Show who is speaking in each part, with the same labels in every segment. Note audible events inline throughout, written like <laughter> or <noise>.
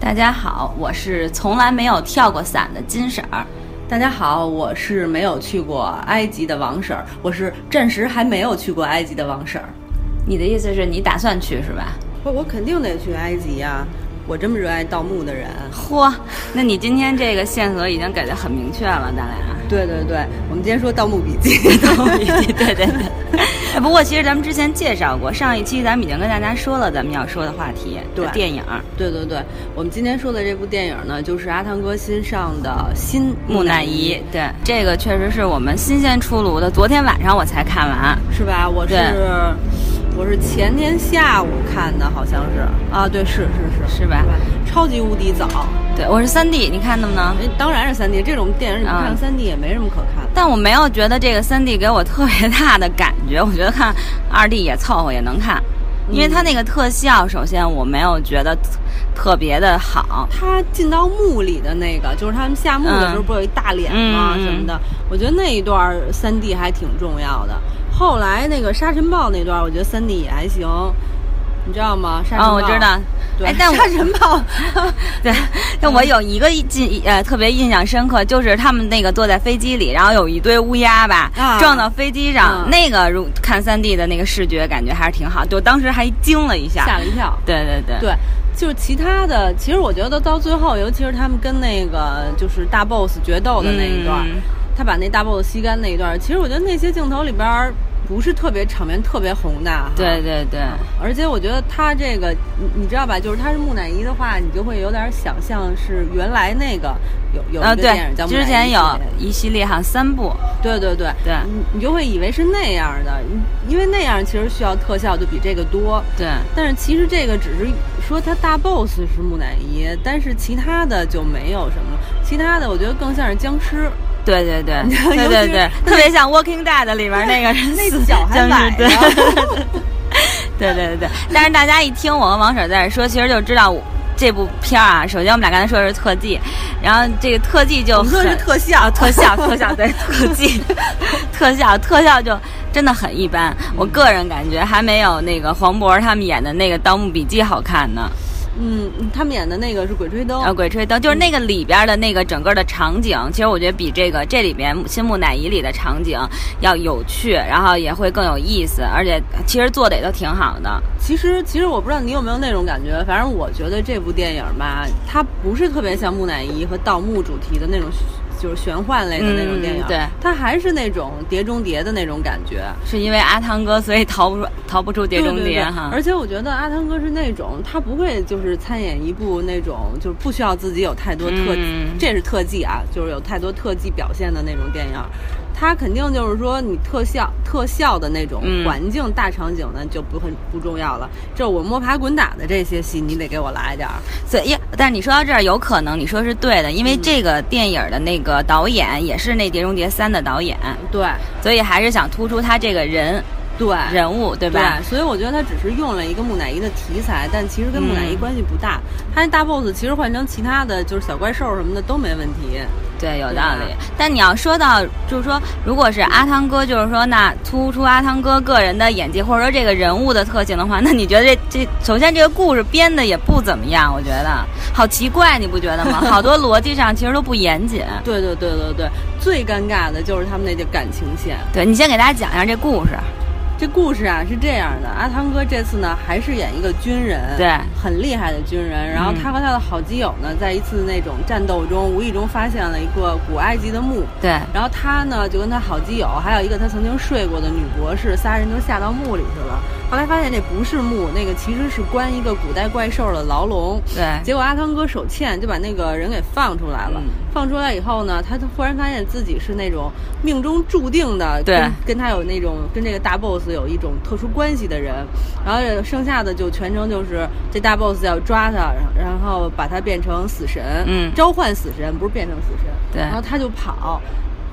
Speaker 1: 大家好，我是从来没有跳过伞的金婶儿。
Speaker 2: 大家好，我是没有去过埃及的王婶儿，我是暂时还没有去过埃及的王婶儿。
Speaker 1: 你的意思是你打算去是吧？
Speaker 2: 我我肯定得去埃及呀、我这么热爱盗墓的人。
Speaker 1: 嚯，那你今天这个线索已经给的很明确了，咱俩。
Speaker 2: 对对对，我们今天说《盗墓笔记》
Speaker 1: <laughs>
Speaker 2: <laughs>
Speaker 1: 对对对。哎不过其实咱们之前介绍过，上一期咱们已经跟大家说了咱们要说的话题，
Speaker 2: 对
Speaker 1: 电影儿《
Speaker 2: 对对对，我们今天说的这部电影呢，就是阿汤哥新上的新《
Speaker 1: 木乃伊》。对，这个确实是我们新鲜出炉的，昨天晚上我才看完。》，
Speaker 2: 是吧？我是
Speaker 1: 对
Speaker 2: 我是前天下午看的，好像是啊，对，是是是
Speaker 1: 是吧？
Speaker 2: 超级无敌早，
Speaker 1: 对，我是三 D，你看的吗？
Speaker 2: 哎当然是三 D，这种电影你不
Speaker 1: 啊
Speaker 2: 看三 D 也没什么可看的。
Speaker 1: 但我没有觉得这个三 D 给我特别大的感觉，我觉得看二 D 也凑合也能看，因为它那个特效，首先我没有觉得特特别的好，
Speaker 2: 他进到墓里的那个，就是他们下墓的时候
Speaker 1: 嗯
Speaker 2: 不是有一大脸吗？
Speaker 1: 嗯嗯
Speaker 2: 什么的，我觉得那一段三 D 还挺重要的。后来那个沙尘暴那段，我觉得三 D 也还行，你知道吗？沙尘暴，
Speaker 1: 哦，我知道。
Speaker 2: 对，
Speaker 1: 哎，
Speaker 2: <laughs>
Speaker 1: 但我
Speaker 2: 沙尘暴，
Speaker 1: <laughs> 对，但我有一个印记呃特别印象深刻，就是他们那个坐在飞机里，然后有一堆乌鸦吧、
Speaker 2: 啊
Speaker 1: 撞到飞机上，
Speaker 2: 嗯
Speaker 1: 那个如看三 D 的那个视觉感觉还是挺好，就当时还惊了一下。
Speaker 2: 吓了一跳。
Speaker 1: 对对对，
Speaker 2: 对，就是其他的，其实我觉得到最后，尤其是他们跟那个就是大 boss 决斗的那一段，
Speaker 1: 嗯
Speaker 2: 他把那大 boss 吸干那一段，其实我觉得那些镜头里边儿不是特别场面特别宏大哈。
Speaker 1: 对对对，
Speaker 2: 而且我觉得他这个，你你知道吧？就是他是木乃伊的话，你就会有点想象是原来那个有有
Speaker 1: 呃
Speaker 2: 一个电
Speaker 1: 对
Speaker 2: 影叫，木乃伊
Speaker 1: 之
Speaker 2: 系列、
Speaker 1: 前有一系列好像三部，
Speaker 2: 对对对
Speaker 1: 对
Speaker 2: 你你就会以为是那样的，你因为那样其实需要特效就比这个多。
Speaker 1: 对
Speaker 2: 但是其实这个只是说他大 boss 是木乃伊，但是其他的就没有什么了。其他的我觉得更像是僵尸，
Speaker 1: 对对
Speaker 2: <laughs>
Speaker 1: 对
Speaker 2: 尤其
Speaker 1: 对
Speaker 2: 是
Speaker 1: 对对，特别像《Walking Dead》里边那个人
Speaker 2: <laughs> 那
Speaker 1: 死
Speaker 2: 脚还
Speaker 1: 僵尸
Speaker 2: 崴
Speaker 1: 对
Speaker 2: 着
Speaker 1: <laughs> 对对对对，但是大家一听我和王婶在这说，其实就知道我这部片儿啊。首先我们俩刚才说的是特技，然后这个特技就
Speaker 2: 我们说的是
Speaker 1: 很
Speaker 2: 特效
Speaker 1: 啊特效，特效
Speaker 2: <laughs>
Speaker 1: 对特技，特效特效就真的很一般。我个人感觉还没有那个黄渤他们演的那个《盗墓笔记》好看呢。
Speaker 2: 嗯，他们演的那个是《鬼吹灯》
Speaker 1: <laughs> 啊，鬼吹灯就是那个里边的那个整个的场景，其实我觉得比这个这里边新木乃伊里的场景要有趣，然后也会更有意思，而且其实做的也都挺好的。
Speaker 2: 其实，其实我不知道你有没有那种感觉，反正我觉得这部电影吧，它不是特别像木乃伊和盗墓主题的那种，就是玄幻类的那种电影，
Speaker 1: 嗯对
Speaker 2: 它还是那种碟中谍的那种感觉，
Speaker 1: 是因为阿汤哥，所以逃不出逃不出碟中谍
Speaker 2: 对对对
Speaker 1: 哈。
Speaker 2: 而且我觉得阿汤哥是那种，他不会就是参演一部那种，就是不需要自己有太多特，
Speaker 1: 嗯
Speaker 2: 这是特技啊，就是有太多特技表现的那种电影。他肯定就是说，你特效特效的那种
Speaker 1: 嗯
Speaker 2: 环境、大场景呢就不很不重要了。这我摸爬滚打的这些戏，你得给我来点儿。
Speaker 1: 所以，但是你说到这儿，有可能你说是对的，因
Speaker 2: 嗯
Speaker 1: 为这个电影的那个导演也是那《碟中谍三》的导演，
Speaker 2: 对
Speaker 1: 所以还是想突出他这个人
Speaker 2: 对
Speaker 1: 人物，对吧？
Speaker 2: 对，所以我觉得他只是用了一个木乃伊的题材，但其实跟木乃伊
Speaker 1: 嗯
Speaker 2: 关系不大。他那大 boss 其实换成其他的就是小怪兽什么的都没问题。
Speaker 1: 对，有
Speaker 2: 对
Speaker 1: 道
Speaker 2: 吧
Speaker 1: 理。但你要说到，就是说，如果是阿汤哥，就是说，那突出阿汤哥个人的演技，或者说这个人物的特性的话，那你觉得这 <laughs> 这，首先这个故事编的也不怎么样，我觉得好奇怪，你不觉得吗？好多逻辑上其实都不严谨。
Speaker 2: 对对对对对，最尴尬的就是他们那个感情线。
Speaker 1: 对你先给大家讲一下这故事，
Speaker 2: 这故事啊是这样的，阿汤哥这次呢还是演一个军人，
Speaker 1: 对
Speaker 2: 很厉害的军人。然后他和他的好基友呢，在一次那种战斗中，无意中发现了一个古埃及的墓。
Speaker 1: 对。
Speaker 2: 然后他呢，就跟他好基友，还有一个他曾经睡过的女博士，仨人就下到墓里去了。后来发现这不是墓，那个其实是关一个古代怪兽的牢笼。
Speaker 1: 对，
Speaker 2: 结果阿汤哥手欠就把那个人给放出来了。
Speaker 1: 嗯
Speaker 2: 放出来以后呢，他就忽然发现自己是那种命中注定的，
Speaker 1: 对
Speaker 2: 跟跟他有那种跟这个大 boss 有一种特殊关系的人。然后剩下的就全程就是这大 boss 要抓他，然后然后把他变成死神，
Speaker 1: 嗯
Speaker 2: 召唤死神，不是变成死神。
Speaker 1: 对
Speaker 2: 然后他就跑。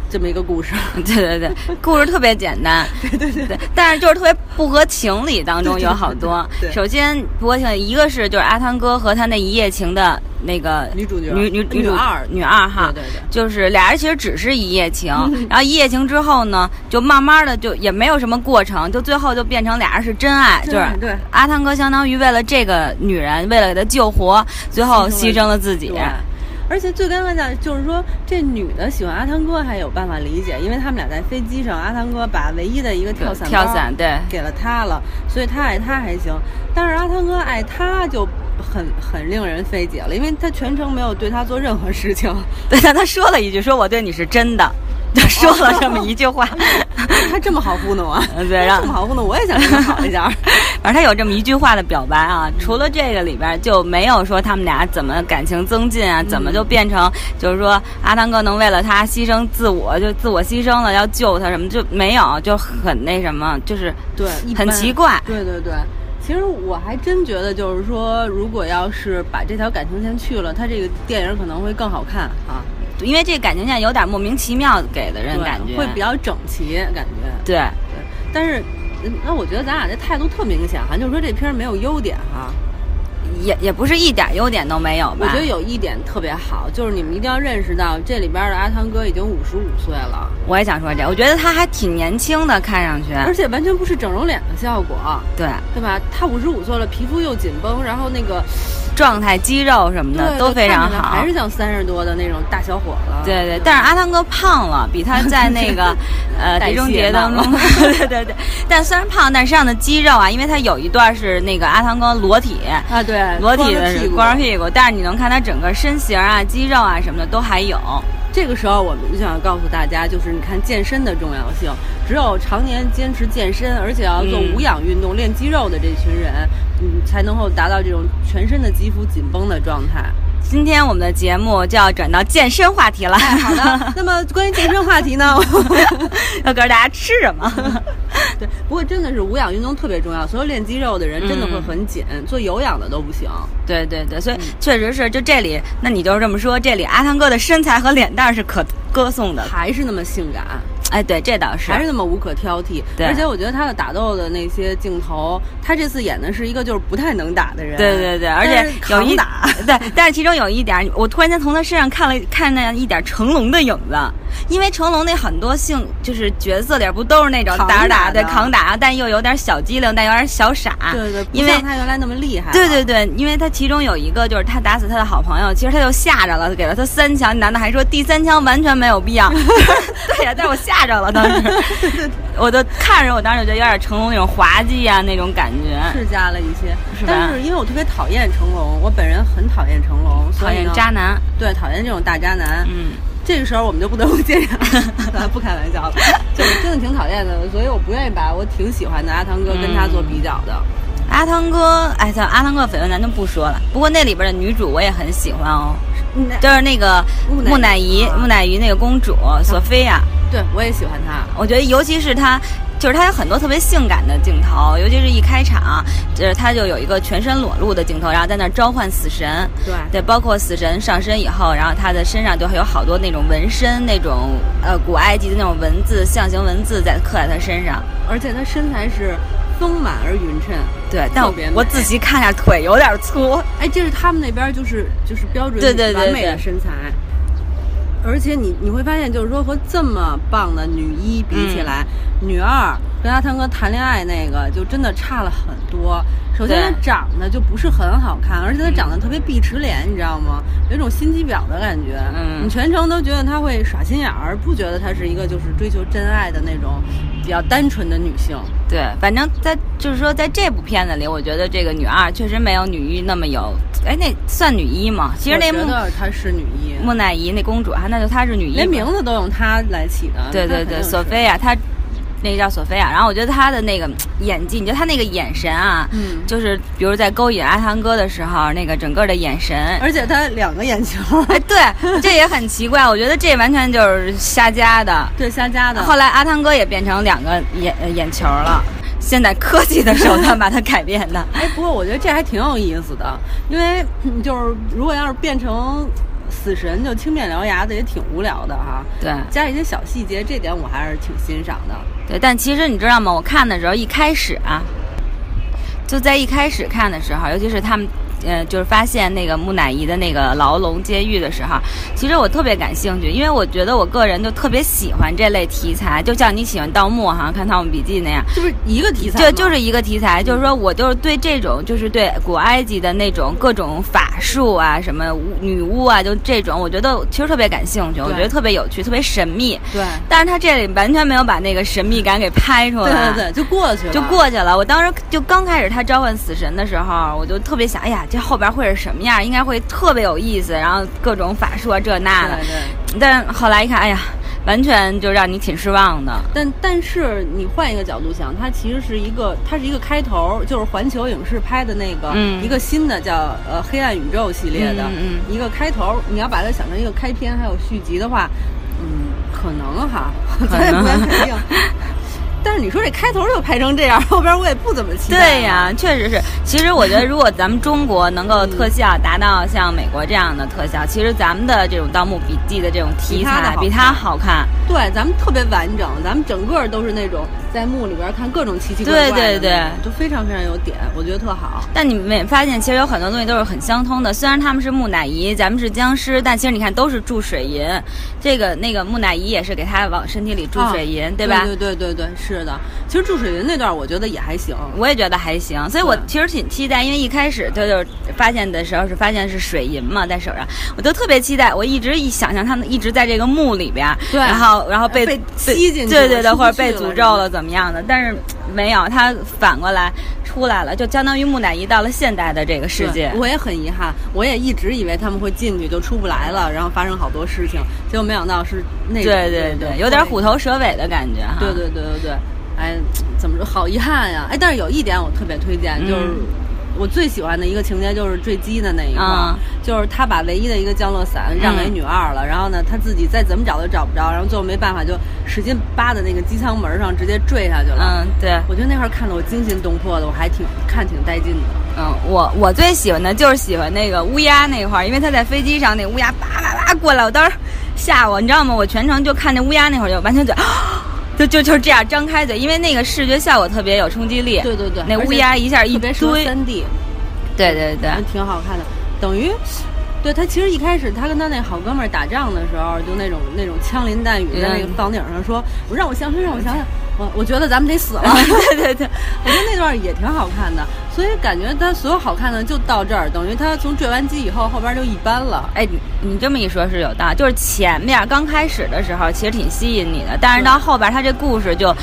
Speaker 2: 这么一个故事。
Speaker 1: <laughs>
Speaker 2: <laughs>
Speaker 1: 对对对，故事特别简单，对对对但是就是特别不合情理，当中有好多。
Speaker 2: 对对对对
Speaker 1: 首先不合情理，一个是就是阿汤哥和他那一夜情的那个
Speaker 2: 女主角
Speaker 1: 女女
Speaker 2: 女
Speaker 1: 主啊
Speaker 2: 二
Speaker 1: 女二哈，
Speaker 2: 对对对
Speaker 1: 就是俩人其实只是一夜情，
Speaker 2: <laughs>
Speaker 1: 然后一夜情之后呢，就慢慢的就也没有什么过程，就最后就变成俩人是真爱，就
Speaker 2: 对
Speaker 1: 是
Speaker 2: 对
Speaker 1: 阿汤哥相当于为了这个女人，为了给她救活，最后牺
Speaker 2: 牺
Speaker 1: 牲
Speaker 2: 牲
Speaker 1: 了自己。
Speaker 2: 对，而且最尴尬的就是说，这女的喜欢阿汤哥还有办法理解，因为他们俩在飞机上，阿汤哥把唯一的一个跳伞
Speaker 1: 跳
Speaker 2: 包
Speaker 1: 伞对 <laughs>
Speaker 2: 给了她了，所以她爱他还行，但是阿汤哥爱她就很很令人费解了，因为他全程没有对她做任何事
Speaker 1: <laughs>
Speaker 2: 情，
Speaker 1: 对，但他说了一句：“说我对你是真的。”就
Speaker 2: 哦
Speaker 1: 说了这么一句
Speaker 2: <laughs>
Speaker 1: 话，？
Speaker 2: 他这么好糊弄啊
Speaker 1: 嗯对然后
Speaker 2: 这么好糊弄，我也想跟他好
Speaker 1: <laughs>
Speaker 2: 一下。
Speaker 1: 反正他有这么一句话的表白啊。除了这个里边，就没有说他们俩怎么感情增进啊，怎么就变成就是说阿汤哥能为了他牺牲自我，就自我牺牲了要救他什么，就没有，就很那什么，就是
Speaker 2: 对，一
Speaker 1: 很
Speaker 2: 般
Speaker 1: 奇怪。
Speaker 2: 对对对，其实我还真觉得，就是说，如果要是把这条感情线去了，他这个电影可能会更好看啊，
Speaker 1: 因为这感情线有点莫名其妙给的人
Speaker 2: 对
Speaker 1: 感觉
Speaker 2: 会比较整齐，感觉。
Speaker 1: 对。
Speaker 2: 对，但是，嗯那我觉得咱俩这态度特明显哈，就是说这片儿没有优点哈。
Speaker 1: 也也不是一点优点都没有吧？
Speaker 2: 我觉得有一点特别好，就是你们一定要认识到这里边的阿汤哥已经五十五岁了，
Speaker 1: 我也想说这，我觉得他还挺年轻的，看上去。
Speaker 2: 而且完全不是整容脸的效果，
Speaker 1: 对，
Speaker 2: 对吧？他五十五岁了，皮肤又紧绷，然后那个
Speaker 1: 状态、肌肉什么的
Speaker 2: 对
Speaker 1: 嗯都非常
Speaker 2: 看起来
Speaker 1: 好。
Speaker 2: 还是像三十多的那种大小伙了。
Speaker 1: 对对，但是阿汤哥胖了，比他在那
Speaker 2: <laughs>
Speaker 1: 个呃
Speaker 2: 代
Speaker 1: 碟
Speaker 2: 谢
Speaker 1: 中谍当中， <laughs> 对对对。但虽然胖，但身上的肌肉啊，因为他有一段是那个阿汤哥裸体，
Speaker 2: 啊，对，
Speaker 1: 裸体
Speaker 2: 光
Speaker 1: 的
Speaker 2: 着
Speaker 1: 是
Speaker 2: 屁股
Speaker 1: 光着屁股，但是你能看他整个身形啊、肌肉啊什么的都还有。
Speaker 2: 这个时候，我们就想告诉大家，就是你看健身的重要性。只有常年坚持健身，而且要做
Speaker 1: 嗯
Speaker 2: 无氧运动、练肌肉的这
Speaker 1: <laughs>
Speaker 2: 群人，嗯，才能够达到这种全身的肌肤紧绷的状
Speaker 1: <laughs>
Speaker 2: 态。
Speaker 1: 今天我们的节目就要转到健身话题了，
Speaker 2: 哎好的，那么关于健身话题呢？
Speaker 1: <laughs> 要告诉大家吃什
Speaker 2: <laughs>
Speaker 1: 么。
Speaker 2: 对，不过真的是无氧运动特别重要，所有练肌肉的人真的会很紧，
Speaker 1: 嗯
Speaker 2: 做有氧的都不行。
Speaker 1: 对对对，所
Speaker 2: 嗯
Speaker 1: 以确实是，就这里，那你就是这么说，这里阿汤哥的身材和脸蛋儿是可歌颂的。
Speaker 2: 还是那么性感，
Speaker 1: 哎，对，这倒是，
Speaker 2: 还是那么无可挑剔，
Speaker 1: 对
Speaker 2: 而且我觉得他的打斗的那些镜头，他这次演的是一个就是不太能打的人，
Speaker 1: 对对对，而
Speaker 2: 但
Speaker 1: 且
Speaker 2: 是
Speaker 1: 有
Speaker 2: 扛
Speaker 1: 一
Speaker 2: 打，
Speaker 1: 对，但是其中有一点儿，我突然间从他身上看了看那样一点儿成龙的影子，因为成龙那很多性就是角色里边不都是那种
Speaker 2: 扛
Speaker 1: 打着打
Speaker 2: 打
Speaker 1: 对
Speaker 2: 的
Speaker 1: 扛打，但又有点小机灵，但有点小傻，
Speaker 2: 对对，
Speaker 1: 啊
Speaker 2: 不
Speaker 1: 因为
Speaker 2: 像他原来那么厉害，啊
Speaker 1: 对对，对，因为他其中有一个就是他打死他的好朋友，其实他就吓着了，给了他三枪，男的还说第三枪完全没有必
Speaker 2: <laughs>
Speaker 1: 要。 <laughs> 对呀、但是我吓着了，当时 <laughs> 我就看着我当时就觉得有点成龙那种滑稽啊那种感觉，
Speaker 2: 是加了一些，
Speaker 1: 是吧
Speaker 2: 但是因为我特别讨厌成龙，我本人很讨厌成龙，所
Speaker 1: 讨
Speaker 2: 以
Speaker 1: 厌
Speaker 2: 呢
Speaker 1: 渣，男，
Speaker 2: 对，讨厌这种大渣
Speaker 1: <laughs>
Speaker 2: 男。
Speaker 1: 嗯。
Speaker 2: 这个时候我们就不得不介绍，
Speaker 1: <laughs>
Speaker 2: <laughs> 不开玩笑了，就是真的挺讨厌的，所以我不愿意把我挺喜欢的阿汤哥跟他做比较的。
Speaker 1: 阿汤哥，哎，算了阿汤哥的绯闻咱就不说了。不过那里边的女主我也很喜欢哦，
Speaker 2: 嗯
Speaker 1: 就是那个
Speaker 2: 木乃
Speaker 1: 木乃伊，
Speaker 2: 伊啊
Speaker 1: 木乃伊那个公主索菲亚，
Speaker 2: 对，我也喜欢他。
Speaker 1: 我觉得尤其是她，就是她有很多特别性感的镜头，尤其是一开场，就是她就有一个全身裸露的镜头，然后在那儿召唤死神。
Speaker 2: 对
Speaker 1: 对，包括死神上身以后，然后她的身上就会有好多那种纹身，那种呃古埃及的那种文字象形文字在刻在她身上。
Speaker 2: 而且他身材是丰满而匀称。
Speaker 1: 对，但我
Speaker 2: 特别美
Speaker 1: 我仔细看一下，腿有点粗。
Speaker 2: 哎，这是他们那边儿就是就是标准
Speaker 1: 对对对
Speaker 2: 完美的
Speaker 1: 对
Speaker 2: 身材。而且你你会发现，就是说和这么棒的女一比
Speaker 1: 嗯
Speaker 2: 起来，女二跟阿汤哥谈恋爱那个就真的差了很多。首先，
Speaker 1: 对
Speaker 2: 她长得就不是很好看，而且她长得特别碧池脸，你知道吗？有一种心机婊的感觉。
Speaker 1: 嗯
Speaker 2: 你全程都觉得她会耍心眼儿，不觉得她是一个就是追求真爱的那种比较单纯的女性。
Speaker 1: 对，反正在就是说，在这部片子里，我觉得这个女二确实没有女一那么有，哎，那算女一吗？其实那嗯
Speaker 2: 我觉
Speaker 1: 木
Speaker 2: 得她是女一，
Speaker 1: 木乃伊那公主啊，那就她是女一吧，
Speaker 2: 连名字都用她来起的。
Speaker 1: 对
Speaker 2: 她
Speaker 1: 对
Speaker 2: 肯
Speaker 1: 对，
Speaker 2: 定是
Speaker 1: 索菲亚她那个叫索菲亚，然后我觉得她的那个演技，你觉得她那个眼神啊，
Speaker 2: 嗯
Speaker 1: 就是比如在勾引阿汤哥的时候，那个整个的眼神，
Speaker 2: 而且他两个眼球，
Speaker 1: 哎， <laughs> 对，这也很奇怪，我觉得这完全就是瞎加的。
Speaker 2: <laughs> 对瞎加的。
Speaker 1: 后来阿汤哥也变成两个眼呃眼球了，现在科技的手段把它改变的。
Speaker 2: 哎，不过我觉得这还挺有意思的，因为嗯就是如果要是变成死神就青面獠牙的也挺无聊的哈、
Speaker 1: 对
Speaker 2: 加一些小细节，这点我还是挺欣赏的。
Speaker 1: 对，但其实你知道吗？我看的时候一开始啊，就在一开始看的时候，尤其是他们。呃，就是发现那个木乃伊的那个牢笼监狱的时候，其实我特别感兴趣，因为我觉得我个人就特别喜欢这类题材，就像你喜欢《盗墓》哈，看《盗墓笔记》那样，
Speaker 2: 就是一个题材
Speaker 1: 对，
Speaker 2: 吗，
Speaker 1: 就是一个题材，就是说我就是对这种，就是对古埃及的那种各种法术啊，什么巫女巫啊，就这种，我觉得其实特别感兴趣，我
Speaker 2: 对
Speaker 1: 觉得特别有趣，特别神秘。
Speaker 2: 对
Speaker 1: 但是他这里完全没有把那个神秘感给拍出
Speaker 2: 对
Speaker 1: 来，
Speaker 2: 对对，就过去了，
Speaker 1: 就。过去了。我当时就刚开始他召唤死神的时候，我就特别想，哎呀，这后边会是什么样？应该会特别有意思，然后各种法术啊这那的
Speaker 2: 对。对，
Speaker 1: 但后来一看，哎呀，完全就让你挺失望的。
Speaker 2: 但但是你换一个角度想，它其实是一个，它是一个开头，就是环球影视拍的那个、
Speaker 1: 嗯
Speaker 2: 一个新的叫呃黑暗宇宙系列的、
Speaker 1: 嗯嗯
Speaker 2: 一个开头。你要把它想成一个开篇还有续集的话，嗯，可能哈，
Speaker 1: 可能
Speaker 2: 咱也不敢肯定。但是你说这开头就拍成这样，后边我也不怎么期待了。啊
Speaker 1: 对呀、确实是。其实我觉得，如果咱们中国能够特效达到像美国这样的特效，其实咱们的这种《盗墓笔记》的这种题材
Speaker 2: 比
Speaker 1: 比
Speaker 2: 它
Speaker 1: 它
Speaker 2: 的
Speaker 1: 好看。
Speaker 2: 对，咱们特别完整，咱们整个都是那种在墓里边看各种奇奇怪怪的那种，
Speaker 1: 对对对
Speaker 2: 就非常非常有点，我觉得特好。
Speaker 1: 但你没发现，其实有很多东西都是很相通的。虽然他们是木乃伊，咱们是僵尸，但其实你看都是注水银。这个那个木乃伊也是给它往身体里注水银，
Speaker 2: 啊
Speaker 1: 对吧？
Speaker 2: 对对对对，是的。其实注水银那段我觉得也还行，
Speaker 1: 我也觉得还行，所以我
Speaker 2: 对
Speaker 1: 其实挺期待，因为一开始他就发现的时候是发现是水银嘛，在手上，我就特别期待。我一直一想象他们一直在这个墓里边，
Speaker 2: 对
Speaker 1: 然后然后被
Speaker 2: 被吸进去
Speaker 1: 对对对，
Speaker 2: 出不
Speaker 1: 或者被
Speaker 2: 去了
Speaker 1: 诅咒了怎么样的？但是没有，他反过来出来了，就相当于木乃伊到了现代的这个世界
Speaker 2: 对。我也很遗憾，我也一直以为他们会进去就出不来了，然后发生好多事情，结果没想到是那种
Speaker 1: 对对对，有点虎。头蛇尾的感觉哈。
Speaker 2: 对对对对对，哎，怎么说？好遗憾呀！哎，但是有一点我特别推荐，
Speaker 1: 嗯
Speaker 2: 就是。我最喜欢的一个情节就是坠机的那一块儿，
Speaker 1: 啊嗯
Speaker 2: 就是他把唯一的一个降落伞让给女二了，然后呢，他自己再怎么找都找不着，然后最后没办法就使劲扒在那个机舱门上，直接坠下去了。
Speaker 1: 嗯对。
Speaker 2: 我觉得那块儿看得我惊心动魄的，我还挺看挺带劲的。
Speaker 1: 嗯，我我最喜欢的就是喜欢那个乌鸦那块儿，因为他在飞机上，那乌鸦叭叭叭过来，我当时吓我，你知道吗？我全程就看那乌鸦那会儿就完全嘴，就就就是这样张开嘴，因为那个视觉效果特别有冲击力。
Speaker 2: 对对对，
Speaker 1: 那乌鸦一下一嗯
Speaker 2: 特别嗯适合
Speaker 1: 堆，
Speaker 2: 三 D，
Speaker 1: 对对对
Speaker 2: 还挺好看的。等于，对他其实一开始他跟他那好哥们儿打仗的时候，就那种那种枪林弹雨在那个
Speaker 1: 嗯
Speaker 2: 房顶上说：“让我想想，让我想想。”我我觉得咱们得
Speaker 1: <laughs>
Speaker 2: 死了。
Speaker 1: 对对对，
Speaker 2: 我觉得那段也挺好看的，所以感觉他所有好看的就到这儿，等于他从坠完机以后，后边就一般了。
Speaker 1: 哎，你你这么一说，是有道理，就是前面啊刚开始的时候其实挺吸引你的，但是到后边他这故事就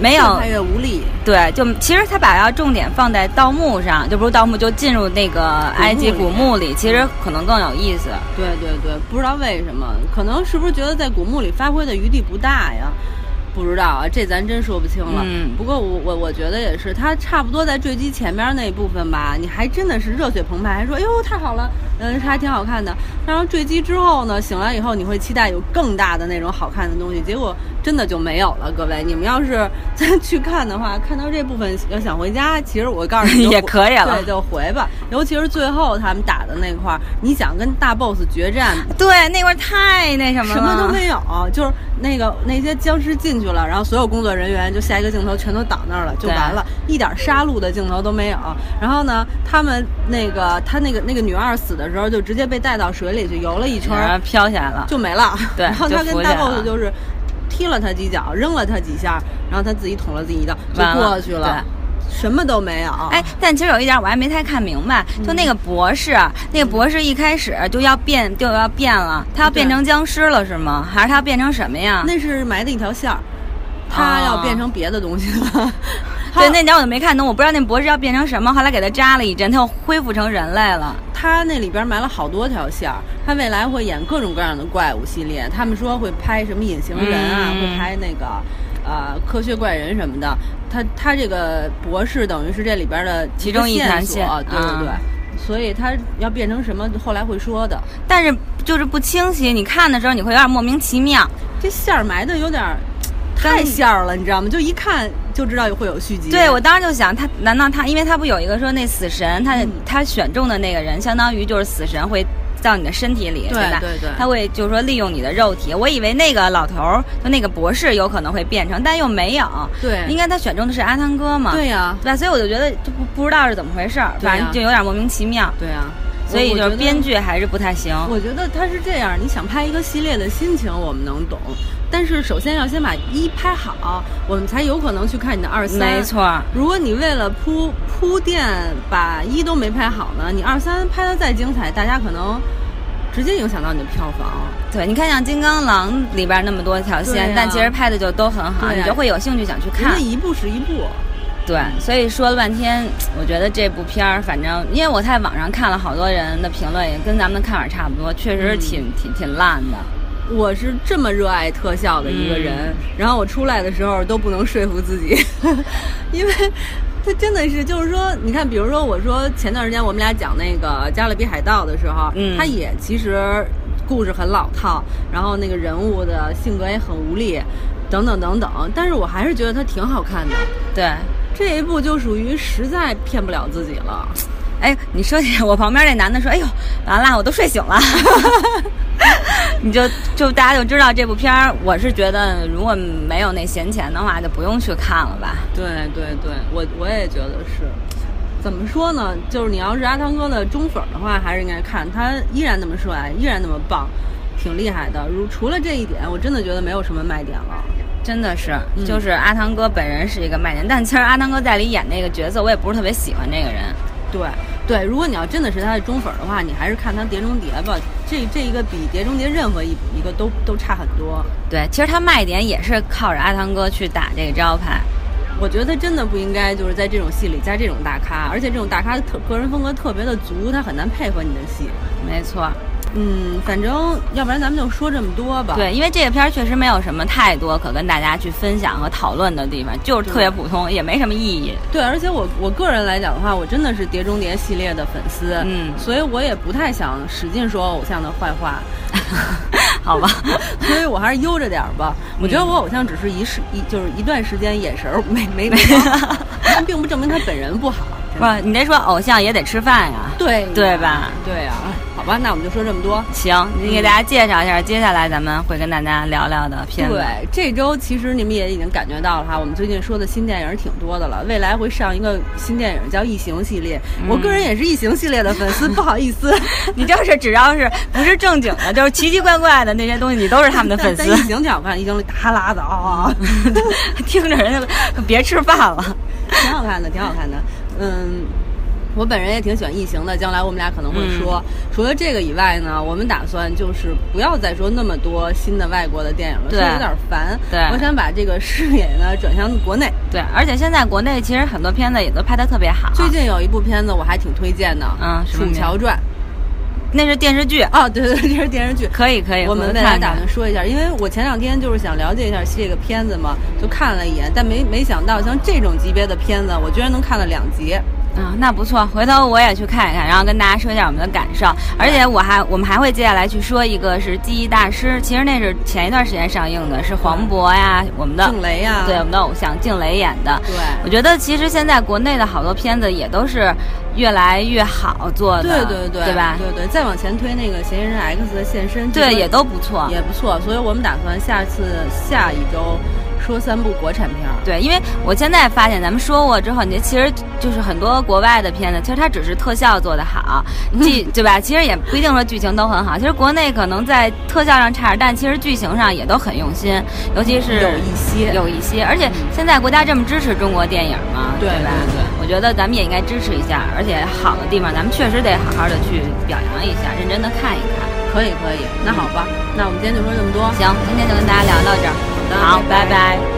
Speaker 1: 没
Speaker 2: 越
Speaker 1: 有
Speaker 2: 拍越无力。
Speaker 1: 对，就其实他把要重点放在盗墓上，就不是盗墓，就进入那个埃及古墓里，其实可能更有意思。
Speaker 2: 对对对，不知道为什么，可能是不是觉得在古墓里发挥的余地不大呀？不知道啊，这咱真说不清了。
Speaker 1: 嗯
Speaker 2: 不过我我我觉得也是，他差不多在坠机前面那部分吧，你还真的是热血澎湃，还说哎呦太好了，嗯，还挺好看的。然后坠机之后呢，醒来以后你会期待有更大的那种好看的东西，结果真的就没有了。各位，你们要是再去看的话，看到这部分要想回家，其实我告诉你
Speaker 1: <laughs>
Speaker 2: 就
Speaker 1: 也
Speaker 2: 回
Speaker 1: 可以了
Speaker 2: 对，就回吧。尤其是最后他们打的那块儿，你想跟大 boss 决战，
Speaker 1: 对，那块儿太那什么了，
Speaker 2: 什么都没有，就是那个那些僵尸进去了，然后所有工作人员就下一个镜头全都挡那儿了，就
Speaker 1: 对
Speaker 2: 完了，一点杀戮的镜头都没有。然后呢，他们那个他那个那个女二死的时候，就直接被带到水里去游了一圈
Speaker 1: 然
Speaker 2: 儿
Speaker 1: 后，飘起来了。
Speaker 2: 就没了。
Speaker 1: 对
Speaker 2: 然后
Speaker 1: 就
Speaker 2: 他跟
Speaker 1: 浮
Speaker 2: 大
Speaker 1: 起来
Speaker 2: boss
Speaker 1: 了
Speaker 2: 就是踢了他几脚，扔了他几下，然后他自己捅了自己一刀，就
Speaker 1: 完了
Speaker 2: 过去了，什么都没有。
Speaker 1: 哎，，但其实有一点我还没太看明白，就那个博士，啊那个博士一开始就要变，就要变了，他要变
Speaker 2: 对
Speaker 1: 成僵尸了是吗？还是他要变成什么呀？
Speaker 2: 那是埋的一条线儿，他要
Speaker 1: 哦
Speaker 2: 变成别的东西了。
Speaker 1: 啊
Speaker 2: <laughs>
Speaker 1: 对，那点我就没看懂，我不知道那博士要变成什么。后来给他扎了一针，他又恢复成人类了。
Speaker 2: 他那里边埋了好多条线儿，他未来会演各种各样的怪物系列。他们说会拍什么隐形人啊，
Speaker 1: 嗯
Speaker 2: 会拍那个呃科学怪人什么的。他他这个博士等于是这里边的
Speaker 1: 其中一
Speaker 2: 个
Speaker 1: 条
Speaker 2: 线索，
Speaker 1: 线
Speaker 2: 对对对。
Speaker 1: 啊
Speaker 2: 所以他要变成什么，后来会说的。
Speaker 1: 但是就是不清晰，你看的时候你会有点莫名其妙。
Speaker 2: 这线儿埋的有点儿
Speaker 1: 干
Speaker 2: 太线儿了，你知道吗？就一看就知道会有续集。
Speaker 1: 对，我当时就想，他
Speaker 2: 嗯
Speaker 1: 难道他，因为他不有一个说那死神，他、他选中的那个人，相当于就是死神会到你的身体里，
Speaker 2: 对
Speaker 1: 吧？
Speaker 2: 对对
Speaker 1: 他会就是说利用你的肉体。我以为那个老头儿就那个博士有可能会变成，但又没有。
Speaker 2: 对
Speaker 1: 应该他选中的是阿汤哥嘛？
Speaker 2: 对呀、
Speaker 1: 对吧？所以我就觉得就不不知道是怎么回事儿，
Speaker 2: 对呀
Speaker 1: 反正就有点莫名其妙。
Speaker 2: 对呀、
Speaker 1: 啊所以
Speaker 2: 我
Speaker 1: 就是。
Speaker 2: 我觉
Speaker 1: 编
Speaker 2: 得
Speaker 1: 剧还是不太行。
Speaker 2: 我觉得他是这样，你想拍一个系列的心情，我们能懂，但是首先要先把一拍好，我们才有可能去看你的二三。
Speaker 1: 没。错儿，
Speaker 2: 如果你为了铺铺垫把一都没拍好呢，你二三拍的再精彩，大家可能直接影响到你的票房。
Speaker 1: 对，你看像《金刚狼》里边那么多条
Speaker 2: 对
Speaker 1: 线，
Speaker 2: 呀
Speaker 1: 但其实拍的就都很好，
Speaker 2: 对呀啊
Speaker 1: 你就会有兴趣想去
Speaker 2: 人
Speaker 1: 看
Speaker 2: 家。一步是一步，
Speaker 1: 对，所以说了半天，我觉得这部片儿，反正因为我在网上看了好多人的评论，也跟咱们的看法差不多，确实是挺、挺挺烂的。
Speaker 2: 我是这么热爱特效的一个人，然后我出来的时候都不能说服自己， <laughs> 因为它真的是，就是说，你看，比如说我说前段时间我们俩讲那个《加勒比海盗》的时候，
Speaker 1: 嗯
Speaker 2: 它也其实故事很老套，然后那个人物的性格也很无力，等等等等，但是我还是觉得它挺好看的。
Speaker 1: 对，
Speaker 2: 这一部就属于实在骗不了自己了，
Speaker 1: 哎，你说起我旁边那男的说，哎呦，完了，我都睡醒了。 <laughs> 你就就大家就知道这部片儿，我是觉得如果没有那闲钱的话，就不用去看了吧。
Speaker 2: 对对对，我我也觉得是。怎么说呢？就是你要是阿汤哥的忠粉儿的话，还是应该看他依然那么帅，依然那么棒，挺厉害的。如除了这一点，我真的觉得没有什么卖点了。
Speaker 1: 真的是，
Speaker 2: 嗯
Speaker 1: 就是阿汤哥本人是一个卖点，但其实阿汤哥在里演那个角色，我也不是特别喜欢这个人。
Speaker 2: 对对，如果你要真的是他的忠粉儿的话，你还是看他《碟中谍》吧。这这一个比《碟中谍》任何一一个都都差很多。
Speaker 1: 对，其实他卖点也是靠着阿汤哥去打这个招牌。
Speaker 2: 我觉得他真的不应该就是在这种戏里加这种大咖，而且这种大咖特个人风格特别的足，他很难配合你的戏。
Speaker 1: 没错，
Speaker 2: 嗯，反正要不然咱们就说这么多吧。
Speaker 1: 对，因为这个片儿确实没有什么太多可跟大家去分享和讨论的地方，就是特别普通，也没什么意义。
Speaker 2: 对，而且我我个人来讲的话，我真的是《碟中谍》系列的粉丝，
Speaker 1: 嗯 <laughs>
Speaker 2: 所以我也不太想使劲说偶像的坏话，
Speaker 1: 好吧，
Speaker 2: 所以我还是悠着点儿吧。我觉得
Speaker 1: 嗯
Speaker 2: 我偶像只是一时一就是一段时间眼神儿没没没
Speaker 1: <laughs>
Speaker 2: 好，但并不证明他本人不好。真
Speaker 1: 不
Speaker 2: 的
Speaker 1: 是，你这说偶像也得吃饭呀。
Speaker 2: 对呀
Speaker 1: 对吧？
Speaker 2: 对呀、好吧，那我们就说这么多。
Speaker 1: 行，你给大家介绍一下，接下来咱们会跟大家聊聊的片子。
Speaker 2: 对，这周其实你们也已经感觉到了哈，我们最近说的新电影挺多的了。未来会上一个新电影叫《异形》系列，
Speaker 1: 嗯
Speaker 2: 我个人也是《异形》系列的粉
Speaker 1: <laughs>
Speaker 2: 丝，不好意思。
Speaker 1: 你就是只要是不是正经的，就是奇奇怪怪的那些东西，你都是他们的
Speaker 2: <laughs>
Speaker 1: 粉
Speaker 2: 但但
Speaker 1: 丝
Speaker 2: 异。形挺好看，异形大哈喇子啊，
Speaker 1: <laughs> 听着人家别吃饭了。
Speaker 2: 挺好看的，挺好看的。嗯，我本人也挺喜欢异形的，将来我们俩可能会说。
Speaker 1: 嗯
Speaker 2: 除了这个以外呢，我们打算就是不要再说那么多新的外国的电影了，
Speaker 1: 对
Speaker 2: 说有点烦。
Speaker 1: 对
Speaker 2: 我想把这个视野呢转向国内。
Speaker 1: 对，而且现在国内其实很多片子也都拍得特别好。
Speaker 2: 最近有一部片子我还挺推荐的，
Speaker 1: 嗯
Speaker 2: 《
Speaker 1: 啊什么
Speaker 2: 楚
Speaker 1: 名
Speaker 2: 乔传
Speaker 1: 那是电视剧，》
Speaker 2: 哦，对对对，这是电视剧。
Speaker 1: 可以哎可以，
Speaker 2: 我们未
Speaker 1: 再
Speaker 2: 来打算说一下，因为我前两天就是想了解一下这个片子嘛，就看了一眼，但没没想到像这种级别的片子，我居然能看了两集。
Speaker 1: 啊、那不错，回头我也去看一看，然后跟大家说一下我们的感受。而且我还我们还会接下来去说一个是《记忆大师》，其实那是前一段时间上映的，是黄渤呀，我们的
Speaker 2: 静蕾呀
Speaker 1: 对我们的偶像静蕾演的。
Speaker 2: 啊对
Speaker 1: 我觉得其实现在国内的好多片子也都是越来越好做
Speaker 2: 对
Speaker 1: 的，
Speaker 2: 对对，
Speaker 1: 对吧？
Speaker 2: 对对，再往前推那个嫌疑人 X 的现身，
Speaker 1: 对，
Speaker 2: 这
Speaker 1: 也
Speaker 2: 个
Speaker 1: 都不错。
Speaker 2: 也不错，所以我们打算下次下一周说三部国产片儿。
Speaker 1: 对，因为我现在发现咱们说过之后，你其实就是很多国外的片子，其实它只是特效做得
Speaker 2: <laughs>
Speaker 1: 好，剧对吧？其实也不一定说剧情都很好。其实国内可能在特效上差点，但其实剧情上也都很用心，尤其是
Speaker 2: 有一些
Speaker 1: 有一些。而且现在国家这么支持中国电影嘛，
Speaker 2: 对
Speaker 1: 吧？
Speaker 2: 对对
Speaker 1: 我觉得咱们也应该支持一下，而且好的地方咱们确实得好好的去表扬一下，认真的看一看。
Speaker 2: 可以可以，那好吧，那我们今天就说这么多。
Speaker 1: 行，今天就跟大家聊到这儿，
Speaker 2: 的
Speaker 1: 好，
Speaker 2: 拜拜
Speaker 1: 拜拜